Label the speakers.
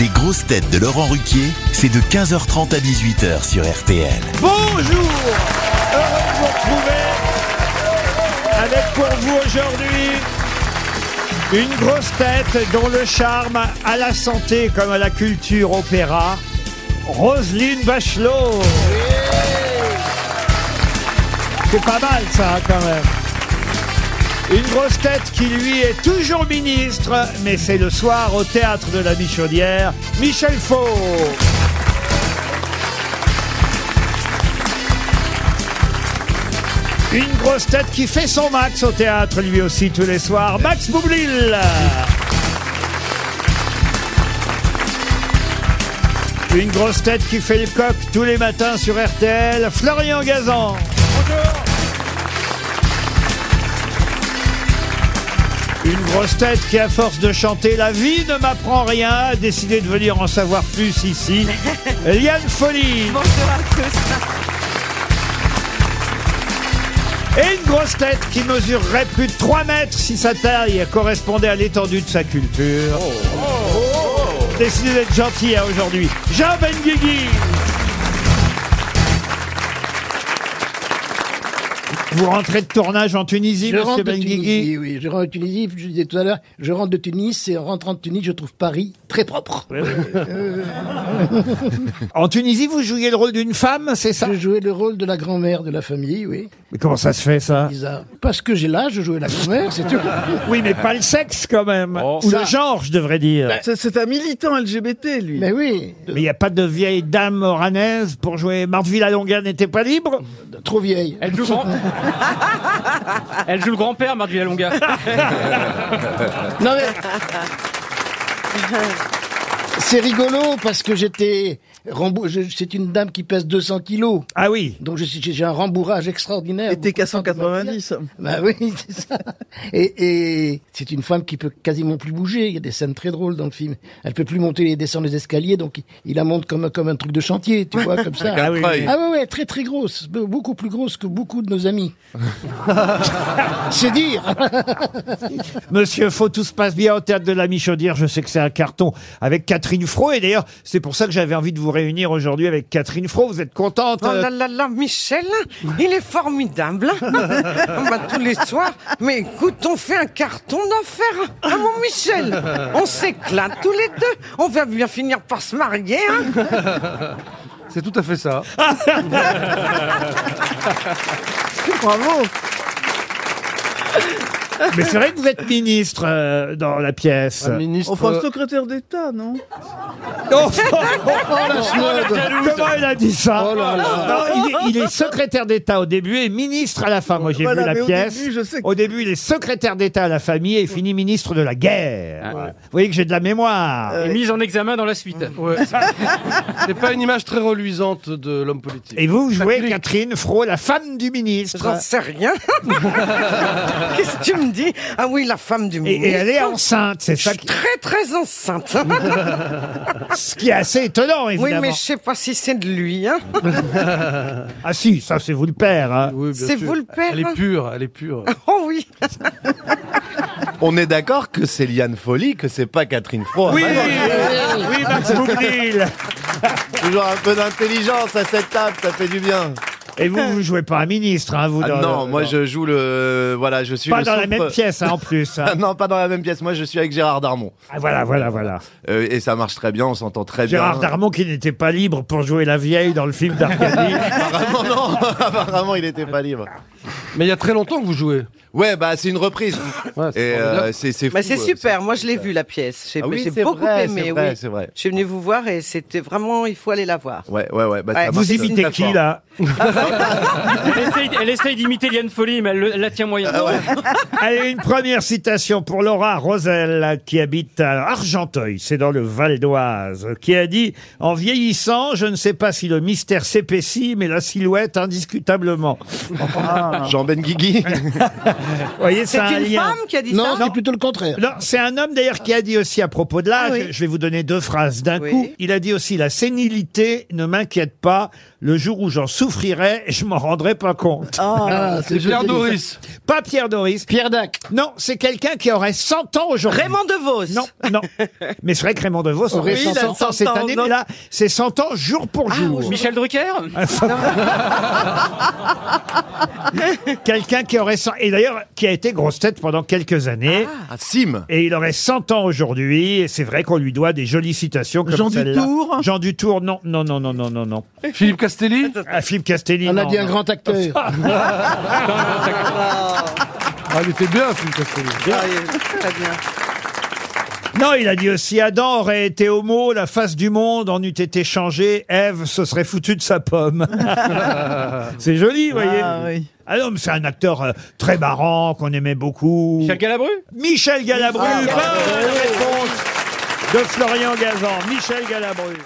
Speaker 1: Les grosses têtes de Laurent Ruquier, c'est de 15h30 à 18h sur RTL.
Speaker 2: Bonjour Heureux de vous retrouver avec pour vous aujourd'hui une grosse tête dont le charme à la santé comme à la culture opéra, Roselyne Bachelot. C'est pas mal ça quand même. Une grosse tête qui lui est toujours ministre, mais c'est le soir au théâtre de la Bichaudière, Michel Faux. Une grosse tête qui fait son max au théâtre lui aussi tous les soirs, Max Boublil. Une grosse tête qui fait le coq tous les matins sur RTL, Florian Gazan. Une grosse tête qui, à force de chanter La vie ne m'apprend rien, a décidé de venir en savoir plus ici, Liane Folie. Et une grosse tête qui mesurerait plus de 3 mètres si sa taille correspondait à l'étendue de sa culture.
Speaker 3: Oh.
Speaker 2: Décidez d'être gentil hein, aujourd'hui. Jean Benguigui. Vous rentrez de tournage en Tunisie,
Speaker 3: Je rentre
Speaker 2: monsieur
Speaker 3: de
Speaker 2: Benguigui
Speaker 3: Tunisie, oui, je rentre de Tunisie, je disais tout à l'heure, je rentre de Tunis et en rentrant de Tunis, je trouve Paris très propre.
Speaker 2: En Tunisie, vous jouiez le rôle d'une femme, c'est ça
Speaker 3: Je jouais le rôle de la grand-mère de la famille, oui,
Speaker 2: Mais comment ça se fait, ça
Speaker 3: bizarre. Parce que j'ai l'âge, je jouais la grand-mère, c'est tout.
Speaker 2: Oui, mais pas le sexe, quand même. Ou le genre, je devrais dire.
Speaker 4: C'est- C'est un militant LGBT, lui.
Speaker 3: Mais oui, de-
Speaker 2: Mais il n'y a pas de vieille dame oranaise pour jouer Marthe Villalonga n'était pas libre
Speaker 3: de- trop vieille.
Speaker 5: Elle joue le grand... Elle joue le grand-père, Marc Villalonga.
Speaker 3: Non mais... C'est rigolo parce que j'étais... rembou- je- C'est une dame qui pèse 200 kilos,
Speaker 2: Ah oui.
Speaker 3: donc je suis- j'ai j'ai un rembourrage extraordinaire.
Speaker 4: Et t'es qu'à
Speaker 3: Beaucoup de sang de ma vie.
Speaker 4: 190.
Speaker 3: Bah oui, c'est ça. Et, et c'est une femme qui peut quasiment plus bouger. Il y a des scènes très drôles dans le film. Elle peut plus monter et descendre les escaliers, donc il, il la monte comme, un- comme un truc de chantier, tu vois, comme ça.
Speaker 2: Ah oui.
Speaker 3: Ah ouais, ouais, très très grosse, Be- beaucoup plus grosse que beaucoup de nos amis. c'est dire.
Speaker 2: Monsieur Faux, tout se passe bien au théâtre de la Michaudière. Je sais que c'est un carton avec Catherine Fro. Et d'ailleurs, c'est pour ça que j'avais envie de vous réunir aujourd'hui avec Catherine Fro. Vous êtes contente
Speaker 6: Oh
Speaker 2: euh,
Speaker 6: là là là, Michel, il est formidable. On va tous les soirs. Mais écoute, on fait un carton d'enfer. Ah mon Michel, on s'éclate tous les deux. On va bien finir par se marier. Hein.
Speaker 5: C'est tout à fait ça.
Speaker 4: Bravo.
Speaker 2: Mais c'est vrai que vous êtes ministre euh, dans la pièce.
Speaker 5: ministre...
Speaker 2: euh,
Speaker 4: Enfin, secrétaire d'État, non
Speaker 2: Oh,
Speaker 3: Oh la snob.
Speaker 2: comment il a dit ça
Speaker 3: Oh là là.
Speaker 2: Non, il, est, il est secrétaire d'État au début et ministre à la fin. Moi, j'ai
Speaker 4: Voilà,
Speaker 2: vu la
Speaker 4: mais au
Speaker 2: pièce.
Speaker 4: début, je sais que-
Speaker 2: Au début, il est secrétaire d'État à la famille et finit ministre de la guerre. Vous voyez que j'ai de la mémoire.
Speaker 5: Et mise en examen dans la suite.
Speaker 7: C'est pas une image très reluisante de l'homme politique.
Speaker 2: Et vous jouez Catherine Fro, la femme du ministre.
Speaker 6: J'en sais rien. Qu'est-ce que tu me dis Ah oui, la femme du
Speaker 2: Et,
Speaker 6: ministre.
Speaker 2: et elle est enceinte, c'est
Speaker 6: Je
Speaker 2: ça
Speaker 6: suis
Speaker 2: qui,
Speaker 6: très très enceinte.
Speaker 2: ce qui est assez étonnant,
Speaker 6: Oui,
Speaker 2: évidemment.
Speaker 6: mais je sais pas si c'est de lui. Hein.
Speaker 2: Ah si, ça c'est vous le père. hein.
Speaker 7: Oui, bien
Speaker 6: C'est
Speaker 7: sûr.
Speaker 6: vous le père,
Speaker 7: Elle
Speaker 6: hein
Speaker 7: est pure, elle est pure.
Speaker 6: Oh oui.
Speaker 8: On est d'accord que c'est Liane Folly, que c'est pas Catherine Froid.
Speaker 2: Oui, oui, Max Boublil.
Speaker 8: Toujours un peu d'intelligence à cette table, ça fait du bien.
Speaker 2: Et vous, vous jouez pas un ministre, hein, vous
Speaker 8: Ah
Speaker 2: dans-
Speaker 8: non,
Speaker 2: dans-
Speaker 8: moi je joue le. Voilà, je suis.
Speaker 2: Pas
Speaker 8: le
Speaker 2: dans la
Speaker 8: souffre-
Speaker 2: même pièce, hein, en plus. hein.
Speaker 8: Ah non, pas dans la même pièce. Moi je suis avec Gérard Darmon.
Speaker 2: Ah, voilà, voilà, voilà.
Speaker 8: Euh, et ça marche très bien, on s'entend très
Speaker 2: Gérard
Speaker 8: Eh bien. euh,
Speaker 2: Darmon qui n'était pas libre pour jouer la vieille dans le film d'Arcadie.
Speaker 8: Apparemment, non, apparemment il était pas libre.
Speaker 7: Mais il y a très longtemps que vous jouez.
Speaker 8: Ouais, bah c'est une reprise.
Speaker 7: Ouais,
Speaker 8: Et
Speaker 7: c'est formidable.
Speaker 8: euh, c'est c'est fou,
Speaker 6: Bah, c'est
Speaker 8: euh,
Speaker 6: super, moi je l'ai vu la pièce. J'ai
Speaker 8: Ah oui,
Speaker 6: j'ai
Speaker 8: c'est
Speaker 6: beaucoup
Speaker 8: vrai,
Speaker 6: aimé.
Speaker 8: c'est vrai,
Speaker 6: oui.
Speaker 8: c'est vrai.
Speaker 6: Je suis venu vous voir et c'était vraiment, il faut aller la voir.
Speaker 8: Ouais, ouais, ouais. bah, ça
Speaker 6: Ouais,
Speaker 8: marche
Speaker 2: vous imitez
Speaker 8: très
Speaker 2: qui,
Speaker 8: fort.
Speaker 2: là
Speaker 5: Elle essaye, elle essaye d'imiter Liane Folie, mais elle, le- elle la tient moyen.
Speaker 2: Allez, une première citation pour Laura Rosel, qui habite à Argenteuil, c'est dans le Val d'Oise, qui a dit « En vieillissant, je ne sais pas si le mystère s'épaissit, mais la silhouette indiscutablement.
Speaker 8: Jean Ben Benguigui.
Speaker 2: Vous voyez,
Speaker 9: C'est
Speaker 2: c'est un
Speaker 9: une
Speaker 2: lien.
Speaker 9: femme qui a dit
Speaker 3: Non,
Speaker 9: ça
Speaker 3: c'est plutôt le contraire.
Speaker 2: Non, c'est un homme d'ailleurs qui a dit aussi à propos de l'âge,
Speaker 9: Ah oui.
Speaker 2: je vais vous donner deux phrases d'un
Speaker 9: Oui.
Speaker 2: coup, il a dit aussi la sénilité ne m'inquiète pas, le jour où j'en souffrirai, je m'en rendrai pas compte.
Speaker 3: Ah, c'est
Speaker 7: Pierre
Speaker 3: joli.
Speaker 7: Doris.
Speaker 2: Pas Pierre Doris.
Speaker 3: Pierre Dac.
Speaker 2: Non, c'est quelqu'un qui aurait 100 ans aujourd'hui.
Speaker 9: Raymond DeVos.
Speaker 2: Non, non. Mais c'est vrai que Raymond DeVos aurait
Speaker 3: Oui,
Speaker 2: 100,
Speaker 9: il a
Speaker 2: ans
Speaker 9: 100
Speaker 2: cette
Speaker 9: ans,
Speaker 2: année,
Speaker 9: non. Ah,
Speaker 2: mais là, c'est 100 ans jour pour jour.
Speaker 5: Michel Drucker
Speaker 2: Quelqu'un qui aurait 100... Et d'ailleurs, qui a été grosse tête pendant quelques années.
Speaker 8: Ah, Sim.
Speaker 2: Et il aurait 100 ans aujourd'hui, et c'est vrai qu'on lui doit des jolies citations comme
Speaker 4: Jean
Speaker 2: celle-là.
Speaker 4: Dutour
Speaker 2: Jean Dutour, non, non, non, non, non, non, non.
Speaker 7: Philippe Castelli.
Speaker 2: Ah, Philippe Castelli,
Speaker 3: On a
Speaker 2: non,
Speaker 3: dit un
Speaker 2: non.
Speaker 3: grand acteur.
Speaker 7: Ah, il était bien, Philippe Castelli.
Speaker 2: Non, il a dit aussi Adam aurait été homo, la face du monde en eût été changée, Ève se serait foutue de sa pomme. c'est joli, vous voyez.
Speaker 4: Ah oui.
Speaker 2: Ah non, mais c'est un acteur euh, très marrant qu'on aimait beaucoup.
Speaker 5: Michel Galabru Ah,
Speaker 2: Michel Galabru. Bonne réponse de Florian Gazan. Michel Galabru.